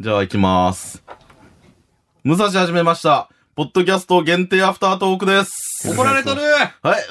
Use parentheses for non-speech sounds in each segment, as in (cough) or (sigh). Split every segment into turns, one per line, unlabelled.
じゃあ行きます。武蔵始めました。ポッドキャスト限定アフタートーク (laughs) です。
怒られとる
はい、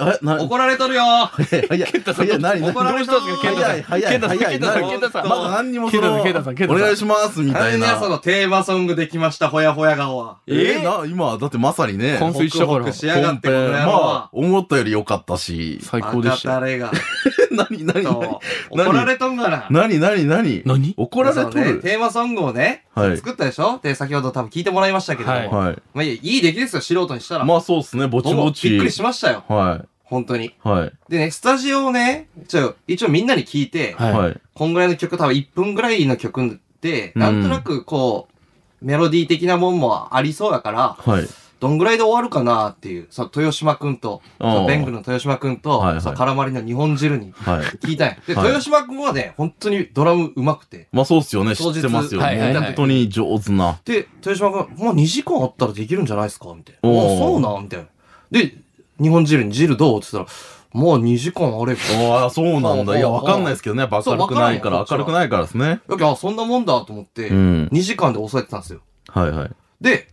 はい、な、
(laughs) 怒られとるよ
(laughs) 早い、早い、早い、なに、なに
怒られとる
どうしたんですか
早い、早い、早い、
健太さん
なに
健太さん
まだ何にもその、
健太さん健太さん
お願いします、み
完
たい
全に
な
朝。のテーマソングできました、ほやほや顔は。
えー、な、今、だってまさにね、
コン水したから
ホクホクしやがって、この野
ま
郎
あ
は、。
思ったより良かった
(laughs)
し。
最高でした
バ
よ。
カタレが。
なに、なに、
と
(laughs) 何
怒られとんがな。
なに、なに、なに
何
怒られと
そのね
る
テーマソングをね、
はい
作ったでしょで、先ほど多分聞いてもらいましたけども。
はい
はい。
まあいい、いい出来ですよ、素人にしたら。
まあそうっすね、ぼち
僕も
ぼち。
びっくりしましたよ。
は
本当に。
い。はい。
でね、スタジオをね、ちょ、一応みんなに聞いて、
はい
はい。
こんぐらいの曲、多分1分ぐらいの曲で、
うん
なんとなくこう、メロディー的なもんもありそうやから、
はい。
どんぐらいで終わるかなっていう、その豊島くんと、そ
あー
のベングの豊島くんと、
はいはい
その絡まりの日本汁に
はい。
聞いたんや。で、
はい
豊島くんはね、本当にドラム上手くて。
まあそうっすよね、知
当日
ってますよ
はいはい
ね。
はい
本当に上手な。
で、豊島くん、もう2時間あったらできるんじゃないですかみたいな。あ、
おー
そうなんみたいな。で、日本汁に汁どうって言ったら、もう2時間あれば。
ああ、そうなんだ。いや、わかんないですけどね。やっぱ
そう
明るくないから
わ、か
明
んない
るくないからですね。
だけど、あ、そんなもんだと思って、
うん
2時間で抑えてたんですよ。
はいはい。
で、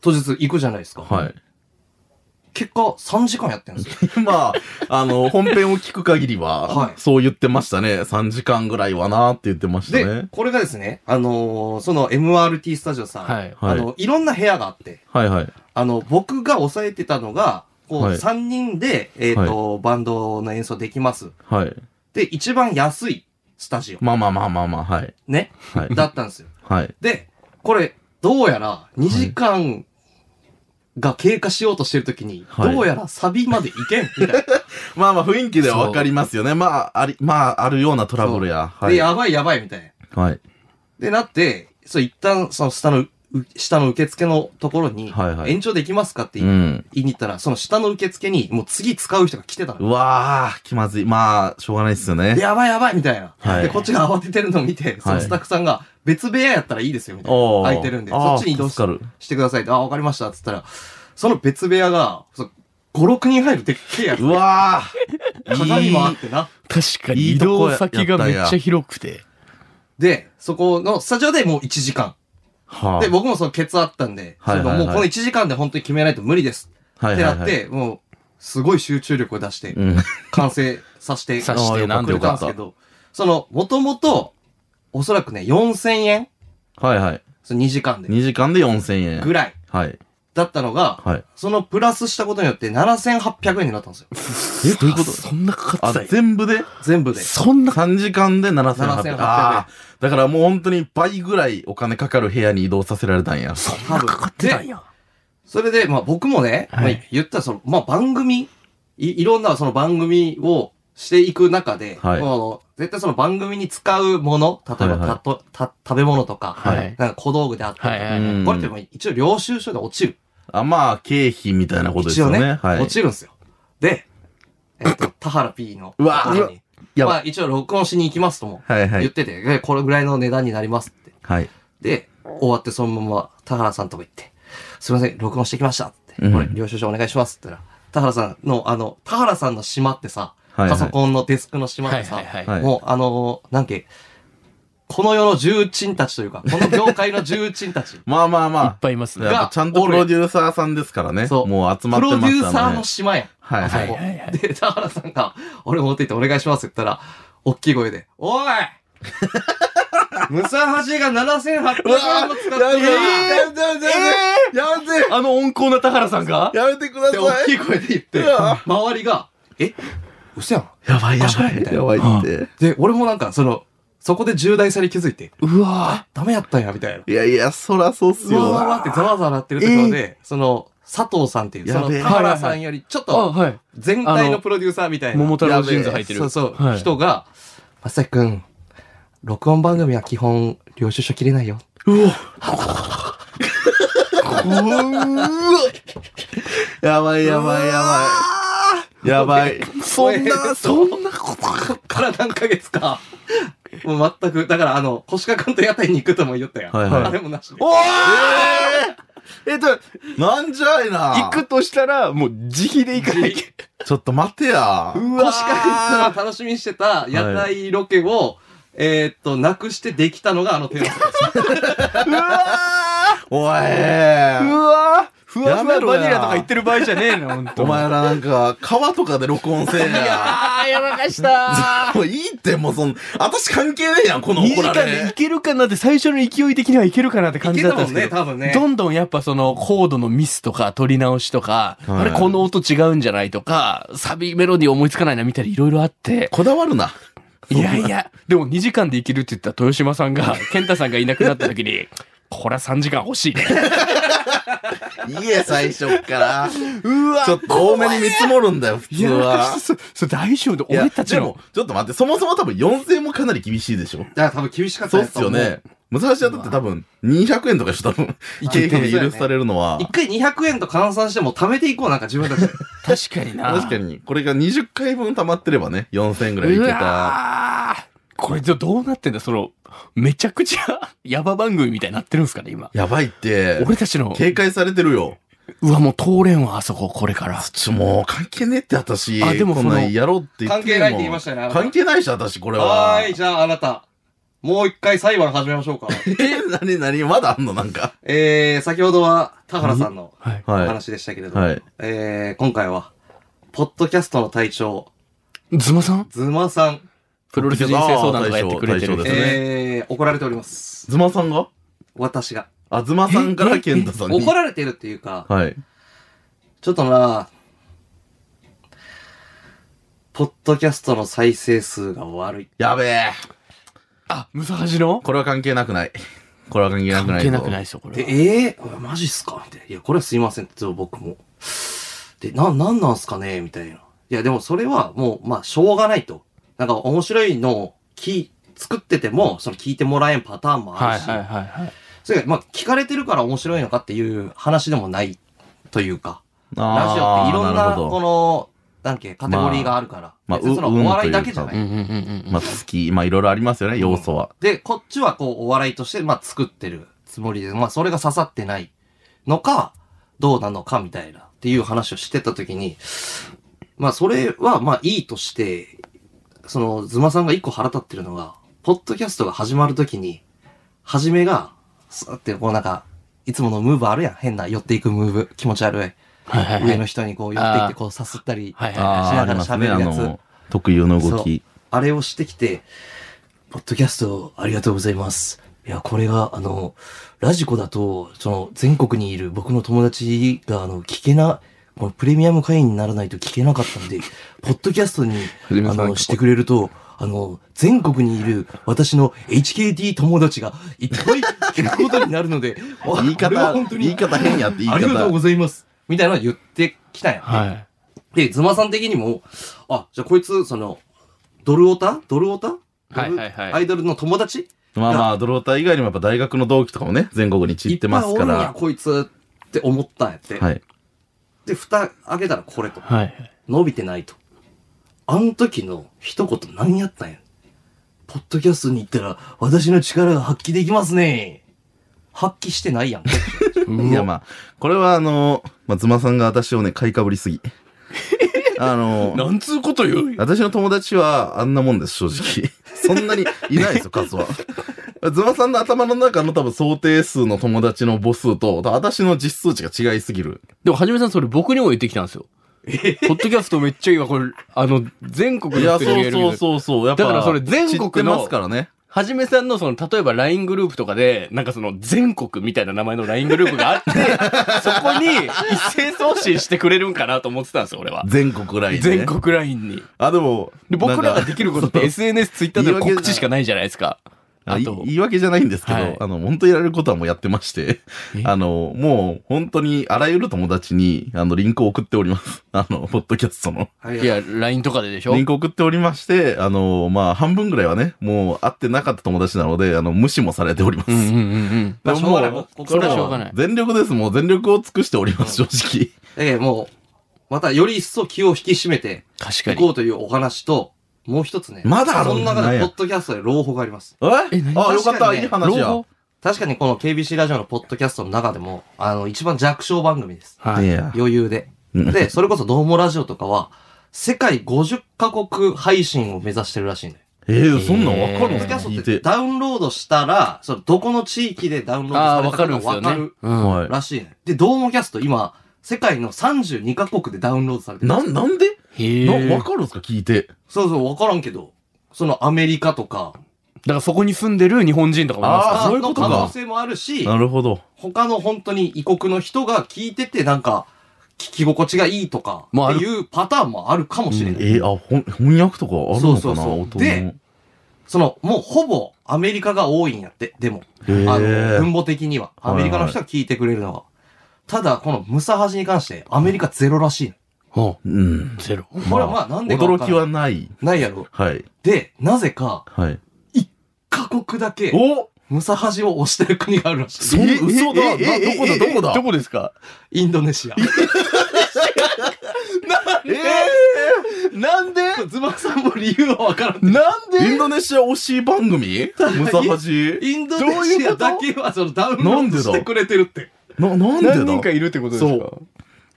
当日行くじゃないですか。
はい。 (laughs)
結果、3時間やってるんですよ。
まあ、あの、本編を聞く限り
は
は、
い
そう言ってましたね。3時間ぐらいはなーって言ってました
で
ね、。
これがですね、あのーその MRT スタジオさん、
はい
はい
あの、いろんな部屋があって、
はいはい。
あの、僕が抑えてたのが、こう、
はい
3人で、えっ、と、バンドの演奏できます。
はい。
で、一番安いスタジオ。
まあまあまあまあまあ、はい。
ね。
はい。
だったん
(laughs)
ですよ。
はい。
で、これ、どうやら、2時間が経過しようとしてるときに、
はい
どうやらサビまでいけん、みたいな。
まあまあ、雰囲気ではわかりますよね。まあ、あり、まあ、あるようなトラブルや。 (laughs) はい。
で、
は
やばいやばい、みたいな。
い。
で、なって、そう、一旦、その下の、う下の受付のところに
はいは、い
延長できますかって
う
言い
ん。
言いに行ったら、その下の受付に、もう次使う人が来てたの
う。わー、気まずい。まあ、しょうがないっすよね。
やばいやばいみたいな。
はい
で、こっちが慌ててるのを見て、そのスタッフさんが、別部屋やったらいいですよ、みたいな。
おー
空いてるんで、
あ
そ
ー
っちに移動し
助かる
してくださいって、あ、わかりました、つったら、その別部屋が、そ5、6人入るでっけえやつ
う。わー。
鏡もあ
い
っ
い
てな。
確か
に
に
移
移
動
動
先
先
が
が
め
め
っ
っ
ち
ち
ゃ
ゃ広くて。
で、そこのスタジオでもう1時間。
はあ
で、僕もそのケツあったんで、
はいはいはい
そのもうこの1時間で本当に決めないと無理です。
は
っ
い
て
はい
な
はい
って、もう、すごい集中力を出して、
うん。
完成させて、
さ
ああよかった
くれたんですけど、その、もともと、おそらくね、4000円
はいはい。
その2時間で。
2時間で4000円。
ぐらい。
はい。
だったのが、
はい。
そのプラスしたことによって7800円になったんですよ。
え、どういうこと
そんなかか
あ
ってた、よ。
全部で
全部で。
そんな、
3時間で7800
7800円
円。ああ。だからもう本当に倍ぐらいお金かかる部屋に移動させられたんや。
そんなかかってたん
で
や。
それで、まあ僕もね、
はい
まあ、言ったらその、まあ番組い、いろんなその番組をしていく中で、
はい
この絶対その番組に使うもの、例えば、
はいはい
たとた食べ物とか、
はい
なんか小道具であったりとか、
はい
うん
これってもう一応領収書で落ちる。
あ、まあ、経費みたいなことです
一
よ
応ね、
ね。はい
落。ちるんですよ。で、えっと、田原 P の
うわ
ところに
やば
まあ一応録音しに行きますとも
はいは
言っ
い。
てて、えこれぐらいの値段になりますって。
はい。
で、終わってそのまま田原さんとこ行って、すいません、録音してきましたって、
うん
これ、領収書お願いしますって言ったら、田原さんの、あの、田原さんの島ってさ、
はいはい
パソコンのデスクの島っ
は
て
い
さ、
はいはい。
はい、
もう、あのーなんけ、この世の重鎮たちというか、この業界の重鎮たち
(laughs) まあまあまあ。
いっぱいいますね
やっぱちゃんとプロデューサーさんですからね。
そう
もう集ま
プ
って
ロデ
ます
ューサ
から
ー
ね
の。島やん。
はい
そ
は。
はいい
こ
はい
で、田原さんが、俺持って行ってお願いしますって言ったら、大きい声で、おい (laughs) ムサハジが7800円も使ってる
やめて
な
やめてやめてやめて
あの温厚な田原さんが
やめてくだ
って大
さ
き
い
い声で言って、
うわ
周りが、え嘘やん。
やばいやばい。やばいって。
で、俺もなんか、その、そこで重大さに気づいて、
うわ
ダメやったんや、みたいな。
いやいや、そらそうっす
うわわわ
よ。
ってざわざわなってるところで、その、佐藤さんっていう、そ
や
の、
べえ
田原さんより、ちょっ
あ、
と、
はい。
全体のプロデューサーみたいな。
桃太郎ジーンズ履いてる。
そうそう、
はい
人が、まさきくん、録音番組は基本、領収書切れないよ。
やばいやばいやばい。やばい。
そん
そう
な、そんなこと
こっから何ヶ月か、もう全く、だからあの、腰掛かんと屋台に行くとも言ったよ。
はいはい
あれもなしで。
お
えっと、なんじゃいな。
行くとしたら、もう自費で行かない。
ちょっと待てや。
腰掛けたら楽しみにしてた屋台ロケを、えーっと、なくしてできたのがあのテーマソングです。
うわ
お
ーう
い
わーふわ
や
ふ
め
わ
ろ
バ
や
ニラとか言ってる場合じゃねえの、ほんと。
お前らなんか、川とかで録音せえや。
あー、やらか (laughs) した
もういいって、もうその、私関係ねえやん、この
2時
怒ら
間でい
れ。
けるかなって最初の勢い的にはいけるかなって感じだったんですけど
いけたもんね多分ね
どんどんやっぱそのコードのミスとか取り直しとか、
はい
あれこの音違うんじゃないとかサビメロディー思いつかないなみたいないろいろあって
こだわるな。
いやいやでも2時間でいけるって言った豊島さんが健太さんがいなくなった時にこれは3時間欲しいね
いいえ、最初っから。
うわ
(laughs) ちょっと多めに見積もるんだよ、普
い
通
や
は。
そそれ大丈夫で
いや
俺たち
で
の
も、ちょっと待って、そもそも多分4000もかなり厳しいでしょ。
だから多分厳しかっ
そ
た
うっ
やつ
すよね。武蔵屋だって多分200円とかでしょ、多分。経費で許されるのは
一。回200円と換算しても貯めていこうなんか自分たちで。
確かにな
確かに、これが20回分溜まってればね、4000円ぐらいいうけた。
わーこれどどうなってんだそのめちゃくちゃヤバ番組みたいになってるんですかね今
やばいって。
俺たちの
警戒されてるよ。
うわもう通れんわあそここれから
ちょ、もう関係ねえって私。
あでも
こ
そ
ん
の
なんやろうって言って
関係ないって言いましたよねあなた
関係ないし、私、これは。
はーい、じゃああなた。もう一回裁判始めましょうか。
(laughs)
(laughs)
え、なになにまだあんのなんか。
えー、先ほどは田原さんの
はい
お
は
話でしたけれ
い。
ども、
はい。
えー、今回は、ポッドキャストの隊長、
ズマさん
ズマさん、
プロレス人生相談とかやってくれて
あー大将大
る
将です
えー、怒られております。
ズマさんが
私が。
あ、ズマさんからケンタさんに。
怒られてるっていうか、
はい。
ちょっとな、ポッドキャストの再生数が悪い。
やべえ。
あムサハジの
これは関係なくない。これは関係なくない。
関係なくな
い。
いですよこれ
で
は、
えー、マジっすかみたいな。いや、これはすいませんって、僕も。で、な、なんなんすかねみたいな。いや、でもそれはもう、まあ、しょうがないと。なんか面白いのをき作ってても、その聞いてもらえんパターンもあ
は
る
い
し、
はいはいはい
それがまあ、聞かれてるから面白いのかっていう話でもないというか、ラジオっ
あ
て
ー
いろん
る
な、
ほど
この、なんけ、カテゴリーがあるから、
まあ
別にそのお笑いだけじゃ
まあ
な
う
う
い。
んうんうんうん
まあ、好き、まあ、いろいろありますよね、要素は。
で、こっちはこう、お笑いとして、まあ、作ってるつもりで、まあ、それが刺さってないのか、どうなのか、みたいな、っていう話をしてたときに、まあ、それは、まあ、いいとして、その、ズマさんが一個腹立ってるのが、ポッドキャストが始まるときに、初めが、さって、こうなんか、いつものムーブあるやん。変な、寄っていくムーブ。気持ち悪い。
はいはいは
上
い
の人にこう、寄っていっ
あ
て、
ー
こう、さすったり、
はいはい
あ
し
あ、
な
あ
が
り
ら
ますね、
喋
あ
るやつ
の、特有の動き。
あれをしてきて、ポッドキャストありがとうございます。いや、これが、あの、ラジコだと、その、全国にいる僕の友達が、あの、聞けな、このプレミアム会員にならないと聞けなかったんで、ポッドキャストに、あ
じめさん
の、してくれると、あの、全国にいる私の HKT 友達がいっぱい聞くことになるので、
(laughs)
(laughs)
言い
これ
方
は本当、に
言い方変やって言い
ありがとう
方
ご。ざいます。みたいなのを言ってきたんやん。
はい
で、ズマさん的にも、あ、じゃあこいつ、その、ドルオタドルオタ
はいはいはい
アイドルの友達
まあまあ、ドロータ以外にもやっぱ大学の同期とかもね、全国に散ってますか
いっぱいおるんや、
ら。
こいつって思ったんやって。
はい。
で、蓋開けたらこれと。
はい
伸びてないと。あの時の一言何やったんやポッドキャストに行ったら私の力が発揮できますね。発揮してないやん。
いやまあ、これはあの、まあ、ズマさんが私をね、買いかぶりすぎ。
(laughs)
あの、
なんつうこと言う
私の友達はあんなもんです、正直。そんなにいないですよ、数は。ズマさんの頭の中の多分想定数の友達の母数と、私の実数値が違いすぎる。
でもはじめさんそれ僕にも言ってきたんですよポッドキャストめっちゃ今これあの全国
い
の
や、
人に
そ
言え
う
るけ
そ
ど
うそうそう。やっぱ
だからそれ全国
知
の
ってますからね。
はじめさんのその、例えば LINE グループとかで、なんかその全国みたいな名前の LINE グループが (laughs) あって、そこに一斉送信してくれるんかなと思ってたんですよ、俺は。
全国ライン、ね。
全。国 LINE に。
あ、でも、
で、僕ら
な
が
んか
できることって SNS、Twitter での告知しかないじゃないですか。あ
い
と、
言い訳じゃないんですけど、
はい
あの、本当にやれることはもうやってまして
え、
あの、もう本当にあらゆる友達に、あの、リンクを送っております。 (laughs) あの、ポッドキャストの。
いや、LINE とかででしょ
リンクを送っておりまして、あの、まあ、半分ぐらいはね、もう会ってなかった友達なので、あの、無視もされております。
うんうんうん
まあ
で
しょう
も
がない
もう
ここ
それは
も
しょうがない
全力です。もう全力を尽くしております、正
ええ、もう、またより一層気を引き締めて
確か
いこ
に。
うというお話と、もう一つね。
まだある
そ
ん
の
だ
中
なん
で、
や
ポッドキャストで朗報があります。
直。え
え何
あ、よかっ
確
た。
かに
い
ね
い話や。
確かにこの KBC ラジオのポッドキャストの中でも、あの、一番弱小番組です。
はいい。
や。
余裕で。
うん
で、それこそドーモラジオとかは、世界50カ国配信を目指してるらしいんだよ。
ええそんなんわかるん
ポッドキャスト
聞い
って
て。
ダウンロードしたら、そのどこの地域でダウンロー
ああ、
ド
わ
さ
か
れ
る
た
んです
か
よ
わ
ね
かる。
うん。
は
らしいね。で、ドーモキャスト今、世界の32カ国でダウンロードされて
い。
る。
なん、なんで
へ
な、
え。だ
わ
か
かるんすか聞いて。
そうそう、わからんけど、そのアメリカとか、
らそこに住んでる日本人とかもいます
あ
か
そういう
の
こと
可
か
能性もあるし、
なるほど。
他の本当に異国の人が聞いてて、なんか、聞き心地がいいとか、
まああ
っ
る
ていうパターンもあるかもしれない。
ええあ、ほん翻訳とかあるの
そ
か
うそう
な
そう
音の。
でその、もうほぼアメリカが多いんやって、でも。
へー
あの、分母的には。
はいは
ア
い
メリカの人が聞いてくれるのは。ただ、このムサハジに関して、アメリカゼロらしいの。
うん。
うん。
ゼロ。
これはまあ、なんでかわか
驚
ん
き
ない
はない。
ないやろ。
はい。
で、なぜか、
はい。
各国だけ、
お
ムサハジを押してる国があるらし
そん
え
嘘だ
ええ
な
え
どこだ
え
どこだ
どこですか
い。インドネシア。
え
なんで
(laughs) ズマさんも理由はわからん。
なん
えイン
で
ドネシア推し番組ムサハジ
インドネシアだけはそのダウンロ
なん
ー
で
ド
だ
してくれてるって。
な、なん
何
で
人か
だ
いるってことです
そ
か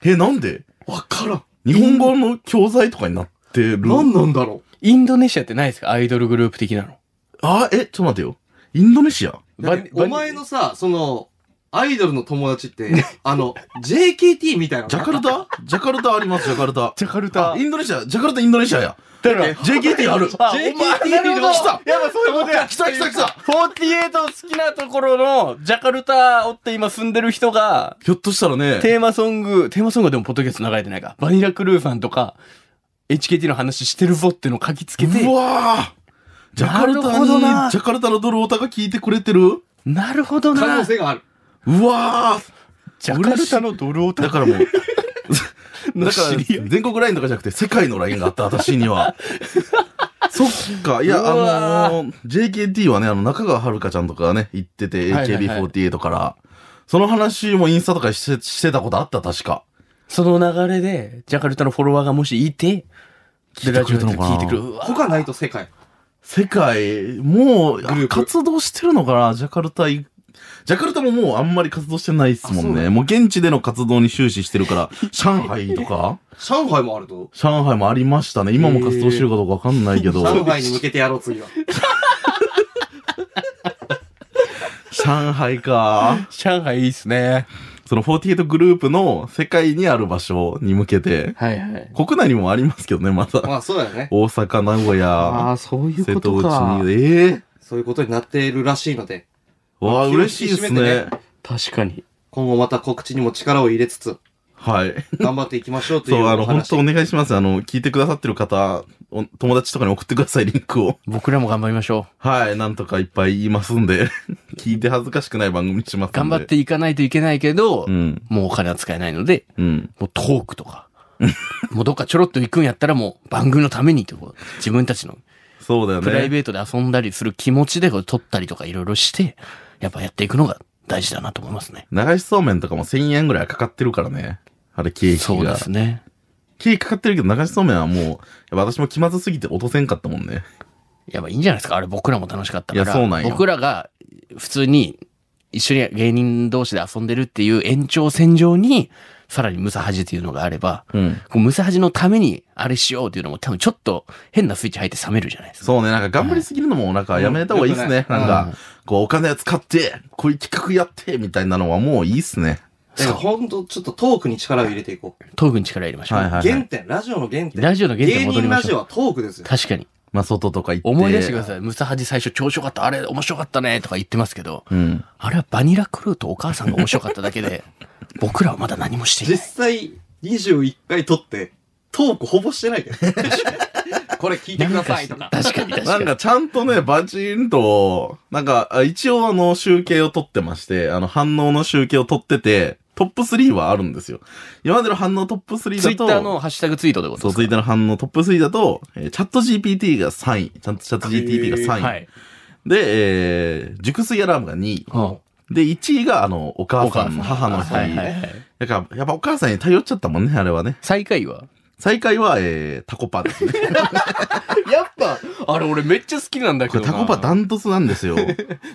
え、なんで
わからん。
日本語の教材とかになってる
何なんだろ
インドネシアってないですかアイドルグループ的なの。
あ、え、ちょっと待ってよ。インドネシア
う。だってお前のさ、その、アイドルの友達って、あの、JKT みたいな。
ジャカルタジャカルタあります、ジャカルタ。
ジャカルタ
あインドネシア、ジャカルタインドネシアや。
だから
JKT ある。
あお前
JKT
なるほど
の
来た
やっぱそういうことや。
来た来た来た
48好きなところのジャカルタをって今住んでる人が、
ひょっとしたらね、
テーマソング、テーマソングでもポッドキャスト流れてないか。バニラクルーさんとか、HKT の話してるぞってのを書きつけて
う、わぁジャカル
なる
タに、
ほ
ジ
どな
ャカルタのドルオタが聞いてくれてる
なるほど
可
な
能。性がある。
うわぁ
ジャカルタのドルオタ
だからもう、だか
(laughs) の
ら
知り合い。
全国ラインとかじゃなくて世界のラインがあった、私に
(laughs)
は。そっか、いや、
うわ
あのー JKT はね、あの、中川遥香ちゃんとかがね、行ってて、
はいはいはい
AKB48 から、その話もインスタとかしてしてたことあった、確か。
その流れで、ジャカルタのフォロワーがもしいて、
聞いてくれたのかな
でラジオで聞いてくる。うわ
他ないと世界。
世界、もう、
ループ
活動してるのかなジャカルタい、ジャカルタももうあんまり活動してないですも
あそ
ん
うな
ね。もう現地での活動に終始してる
(laughs)
から、上海とか
上海もあると
上海もありましたね。今も活動してるかどうかわかんないけど、
上海に向けてやろう、次は。
上海か。
上海いいっすね。
その48グループの世界にある場所に向けて、
はいはい。
国内にもありますけどね、まだ。
まあ、そうだよね。
大阪、名古
あ
屋、
あ、そうい
瀬
うこ
戸内
とか。
に、ええ
そういうことになっているらしいので、
わあ、
気を引
嬉
き
しいで
締め
す
てね
ね。
確かに。
今後また告知にも力を入れつつ、
はい。
頑張っていきましょうとい
そうう、
お
あ
話。
の、本当お願いします。あの、聞いてくださってる方、お友達とかに送ってください、リンクを。
僕らも頑張りましょ
はい、なんとかいっぱい言いますんで、 (laughs) 聞いて恥ずかしくない番組にしますん
う。
で。
頑張っていかないといけないけど、
うん、
もうお金は使えないので、
うん。
もうトークとか。 (laughs) もうどっかちょろっと行くんやったらもう番組のためにってこと。自分たちの
そうだよね。
プライベートで遊んだりする気持ちでこれ撮ったりとかいろいろして、やっぱやっていくのが大事だなと思いますね。
流しそうめんとかも1000円ぐらいかかってるからね。あれ、経
そ
費
うで
が。
すね。
経費かかってるけど、流しそうめんはもう、やっぱ私も気まずすぎて落とせんかったもんね。
やっぱいいんじゃないですかあれ僕らも楽しかったから。
いやそうなんよ
僕らが普通に一緒に芸人同士で遊んでるっていう延長線上に、さらにムサハジっていうのがあれば、
うん。
こうムサハジのためにあれしようっていうのも多分ちょっと変なスイッチ入って冷めるじゃないですか。
そうね、なんか頑張りすぎるのもなんかやめた方がいいですね。
うん
なん
うん
か、こうお金を使って、こういう企画やって、みたいなのはもういいっすね。
だから本当ちょっとトークに力を入れていこう。
トークに力入れましょう。
はいはい
原点、ラジオの原点。
ラジオの原点に戻りましょう
芸人ラジオはトークですよ。
確かに。
まあ、外とか行って。
思い出してください。ムサハジ最初調子よかった、あれ面白かったねとか言ってますけど、
うん。
あれはバニラクルーとお母さんが面白かっただけ (laughs) で、僕らはまだ何もしていな
実
い。
際、21回撮って、トークほぼしてないから。 (laughs) これ聞いてくださいとか。
確かに確
な
か
ん
に。
かちゃんとね、バチンと、なんか、あ一応あの、集計を取ってまして、あの、反応の集計を取ってて、トップ3はあるんですよ。今までの反応トップ3だと、
ツイッターのハッシュタグツイートでござい
そ
ま
う、
す
ツ
か。
イッターの反応トップ3だと、えーチャット GPT が3位、ちゃんとチャット GPT が3位。
はい。
で、えー、熟睡アラームが2位。
うん
で、1位があの、お母さん、
お
母の日。
はいはいはい。
だから、やっぱお母さんに頼っちゃったもんね、あれはね。
最下位は
最下位は、えー、タコパですね。
やっぱ、あれ俺めっちゃ好きなんだ
こ
け
れ
ど
タ
な。
コパダントツなん
(laughs)
ですよ。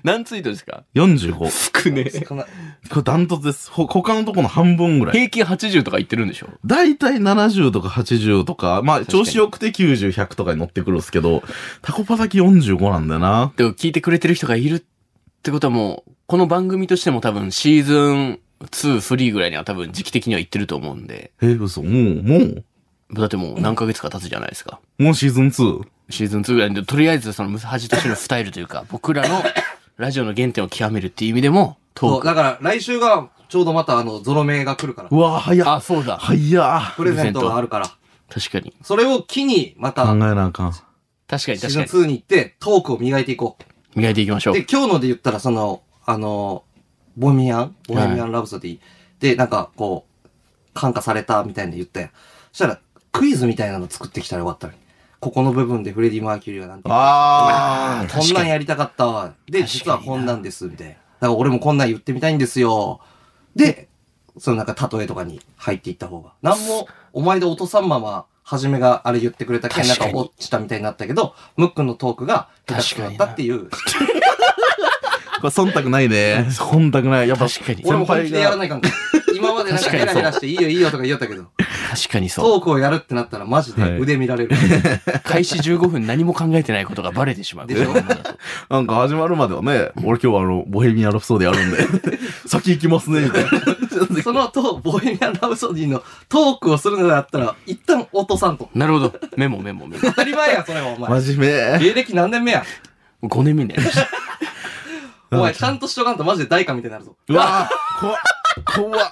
何ツイートですか
45。
少ねえ。
少ない
これダントツです。ほ他のとこの半分ぐらい。
平均80とか言ってるんでしょ
だいたい70とか80とか、まあ
かに
調子よくて90、100とかに乗ってくるんですけど、タコパだけ45なんだよな。
でも聞いてくれてる人がいるってことはもう、この番組としても多分シーズン2、3ぐらいには多分時期的には行ってると思うんで。
えー、嘘、もう、もう、
だってもう何ヶ月か経つじゃないですか。
もうシーズン 2?
シーズン2ぐらいで、とりあえずそのムサハジとしてのスタイルという (laughs) か、僕らのラジオの原点を極めるっていう意味でも、
そ
ト
う、
ー
だから来週がちょうどまたあの、ゾロ目が来るから
う。わぁ、
ク。
早っ。
あ、そうだ。
早っ。
プレゼントがあるから。
確かに。
それを機に、ま
考
た
え、なあかん。
確かに
シ
確か
ー
に。
ズン2に行って、トークを磨いていこ
磨いていきましょ
う。
う
で、。今日ので言ったら、その、あの、ボヘミアンボヘミアン・ラブソディで、なんかこう、感化されたみたいなの言ったやん。そしたら、クイズみたいなの作ってきたらよかったのに。ここの部分でフレディ・マーキュリーはなんて言う
あ
こんなんやりたかったわ。で、
確
実
かにな
はこんなんです、みたいな。だから俺もこんなん言ってみたいんですよ。で、そのなんか例えとかに入っていった方が。なんも、お前で落とさんまま、はじめがあれ言ってくれたけん、なん
確か
か
に
落ちたみたいになったけど、ムックンのトークが下手くなったっていう。
これ忖度ないね。忖度ない。やっぱ、
確かに。
俺も本気でやら
ない。
ないかんから。今までなんかヘラヘラしていいよいいよとか言おったけど、
確かにそう。
トークをやるってなったらマジで腕見
(laughs)
られる。
開始15分何も考えてないことがバレてしまう。
でしょ
このままだと
なんか始まるまではね、俺今日はあの、ボヘミアン・ラプソディあるん (laughs) で、先行きますね、みたいな。
その後、ボヘミアン・ラブソディのトークをするのだったら、一旦落とさんと。
(laughs) なるほど。メモメモメ
当たり前や、それはお前。
(laughs) 真面目。
芸歴何年目や。
モ。5年目になりました。
お前、ちゃんとしとかんとマジで大官みたいになるぞ。
うわ怖っ。怖っ。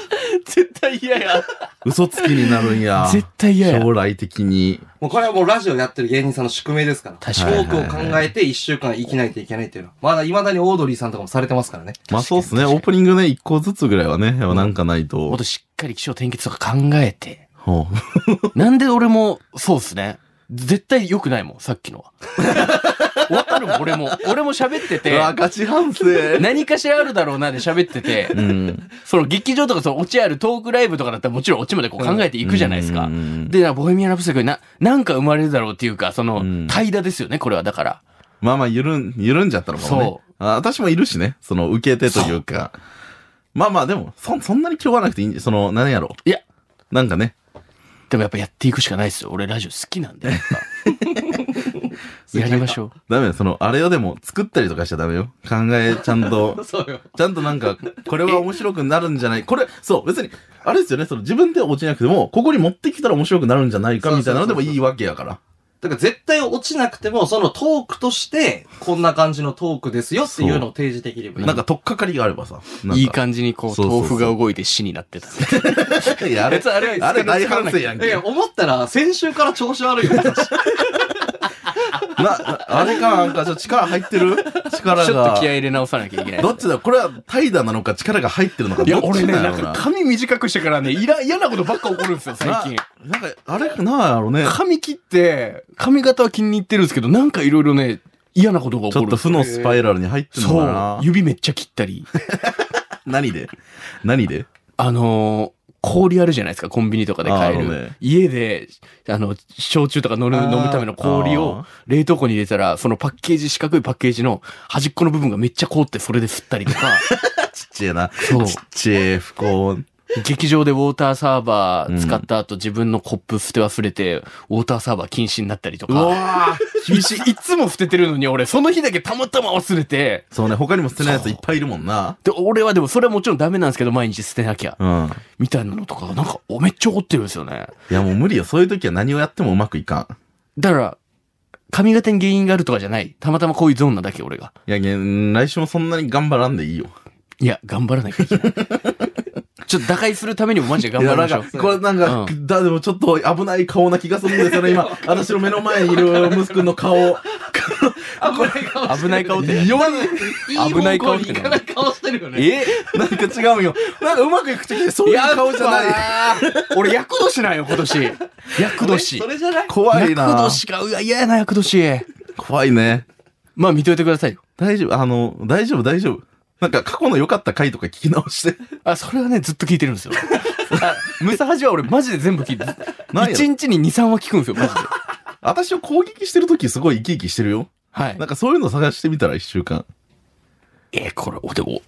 (laughs) 絶対嫌や。
嘘つきになるんや。
絶対嫌や
将来的に。
もうこれはもうラジオやってる芸人さんの宿命ですから。
確
かに
トークを考えて一週間生きないといけないっていうのは。まだ未だにオードリーさんとかもされてますからね。。
まあそうっすね。オープニングね、一個ずつぐらいはね、やっぱなんかない
もっ
と
と。しっかり気象転結とか考えて。 (laughs)
ほう
なんで俺も、そうっすね。絶対良くないもん、さっきのは。 (laughs) わかるもん、俺も。俺も喋っ
(laughs)
て
う
て、
わ、ガチ反省。
何かしらあるだろうなで喋ってて、
うん。
その劇場とかそのオチあるトークライブとかだったらもちろんオチまでこう考えていくじゃないですか
う。ん
で、ボヘミアン・ラプソディな、なんか生まれるだろうっていうか、その
うん、
怠惰ですよね、これは。だから。
まあまあ、緩ん、緩んじゃったのかもね
そ。
あ私もいるしね。その、受け手というか。まあまあ、でも、そ、そんなに気負わなくていいんじゃその、何やろう。
いや。
なんかね。
でもやっぱやっていくしかないですよ。俺ラジオ好きなん
(laughs)
で、やっぱやりましょう。
ダメよ。その、あれをでも、作ったりとかしちゃダメよ。考え、ちゃんと (laughs)
そうよ。
ちゃんとなんか、これは面白くなるんじゃないこれ、そう、別に、あれですよね、その自分では落ちなくても、ここに持ってきたら面白くなるんじゃないかみたいなのでもいいわけやから。
だから絶対落ちなくても、そのトークとして、こんな感じのトークですよっていうのを提示できればいい。
なんか、とっかかりがあればさ。なんか
いい感じにこう、
そうそうそう
豆腐が動いて死になってた。
い (laughs) や、あれ、
別にあれは
あれ大反省やん
い
け。
や、
な、
思ったら、先週から調子悪いよ。
なあれか、なんか、ちょっと力入ってる力
(laughs) ちょっ
が
と気。合い入れ直さなきゃいけない。
どっちだこれは怠惰なのか力が入ってるのか
いや、
どっち
俺ね、
だろ
な
うんな
か髪短くしてからね、いら、嫌なことばっか起こるんですよ、最近。
ななんか、あれかなやろね。
髪切って、髪型は気に入ってるんですけど、なんかいろいろね、嫌なことが起
ち
こ
ょっ
るんで
と
す
負
よ。
のスパイラルに入ってるのか
そう
な。。
指めっちゃ切ったり。
何で何で
あのー氷あるじゃないですか、コンビニとかで買え
ああ
る。
るね
家で、あの、焼酎とか飲む
ああ
飲むための氷
あ
を
あ
冷凍庫に入れたら、そのパッケージ、四角いパッケージの端っこの部分がめっちゃ凍ってそれで吸ったりとか、
ちっちゃいな。
そう
ちっちゃい不幸。
劇場でウォーターサーバー使った後自分のコップ捨て忘れて、ウォーターサーバー禁止になったりと
う
か、
わー
いついつも捨ててるのに俺、その日だけたまたま忘れて、
そうね、他にも捨てないやついっぱいいるもんな。
で、俺はでもそれはもちろんダメなんですけど、毎日捨てなきゃ、
うん。
みたいなのとか、なんか、おめっちゃ怒ってるんですよね。
いやもう無理よ。そういう時は何をやってもうまくいか
だから、髪型に原因があるとかじゃない。たまたまこういうゾーンなだけ、俺が。
ん。いや、げん来週もそんなに頑張らんでいいよ。
いや、頑張らなきゃいけない。 (laughs) ちょっと打開するためにもマジで頑張りましょ
いやなん
う。
かこれなんか、
う
だ、でもちょっと危ない顔な気がするんですよね、 (laughs) 今。私の目の前にいる息子の顔。
あ、これ顔してる。
危ない顔って。
よ
いい
危ない
方向
顔っ
に
て
行かない顔してるよね。
え
り、なんか違うんよ。なんかうまくいく時そういう顔じゃない。
い。俺、厄年なんよ、今年。厄年
そ。れじゃない
怖い
厄
な
年か。うわ、嫌やな、厄年。
怖いね。
まあ、見といてくださいよ。
大丈夫、あの、大丈夫、大丈夫。なんか過去の良かった回とか聞き直して。 (laughs)
あ、それはね、ずっと聞いてるんですよ。あムサハジは俺マジで全部聞いて、
なんや
1日に2、3は聞くんですよ、マジで。
私を攻撃してる時すごい生き生きしてるよ。
はい
な。んかそういうの探してみたら一週間。
えーこれ、おでも、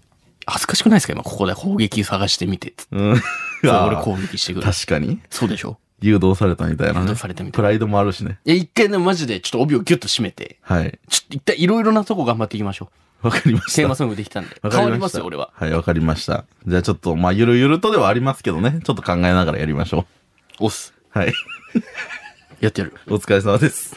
恥ずかしくないですか今ここで攻撃探してみて。
うん。
そう
(laughs) あー
俺攻撃してくる。
確かに。
そうでしょ
誘導されたみたいな
誘
ね
導。されたみた
プ
いな。
ライドもあるしね。
いや、一回ね、マジでちょっと帯をギュッと締めて、
はい。
ちょっと一体いろいろなとこ頑張っていきましょ
わかりま
う。
し
テー
た
マ。ソングできたんで。
わかりました
変わりますよ、俺は。
はい、わかりました。じゃあちょっと、まあ、ゆるゆるとではありますけどね。ちょっと考えながらやりましょ
押す。
う。はい。
やってやる。
お疲れ様です。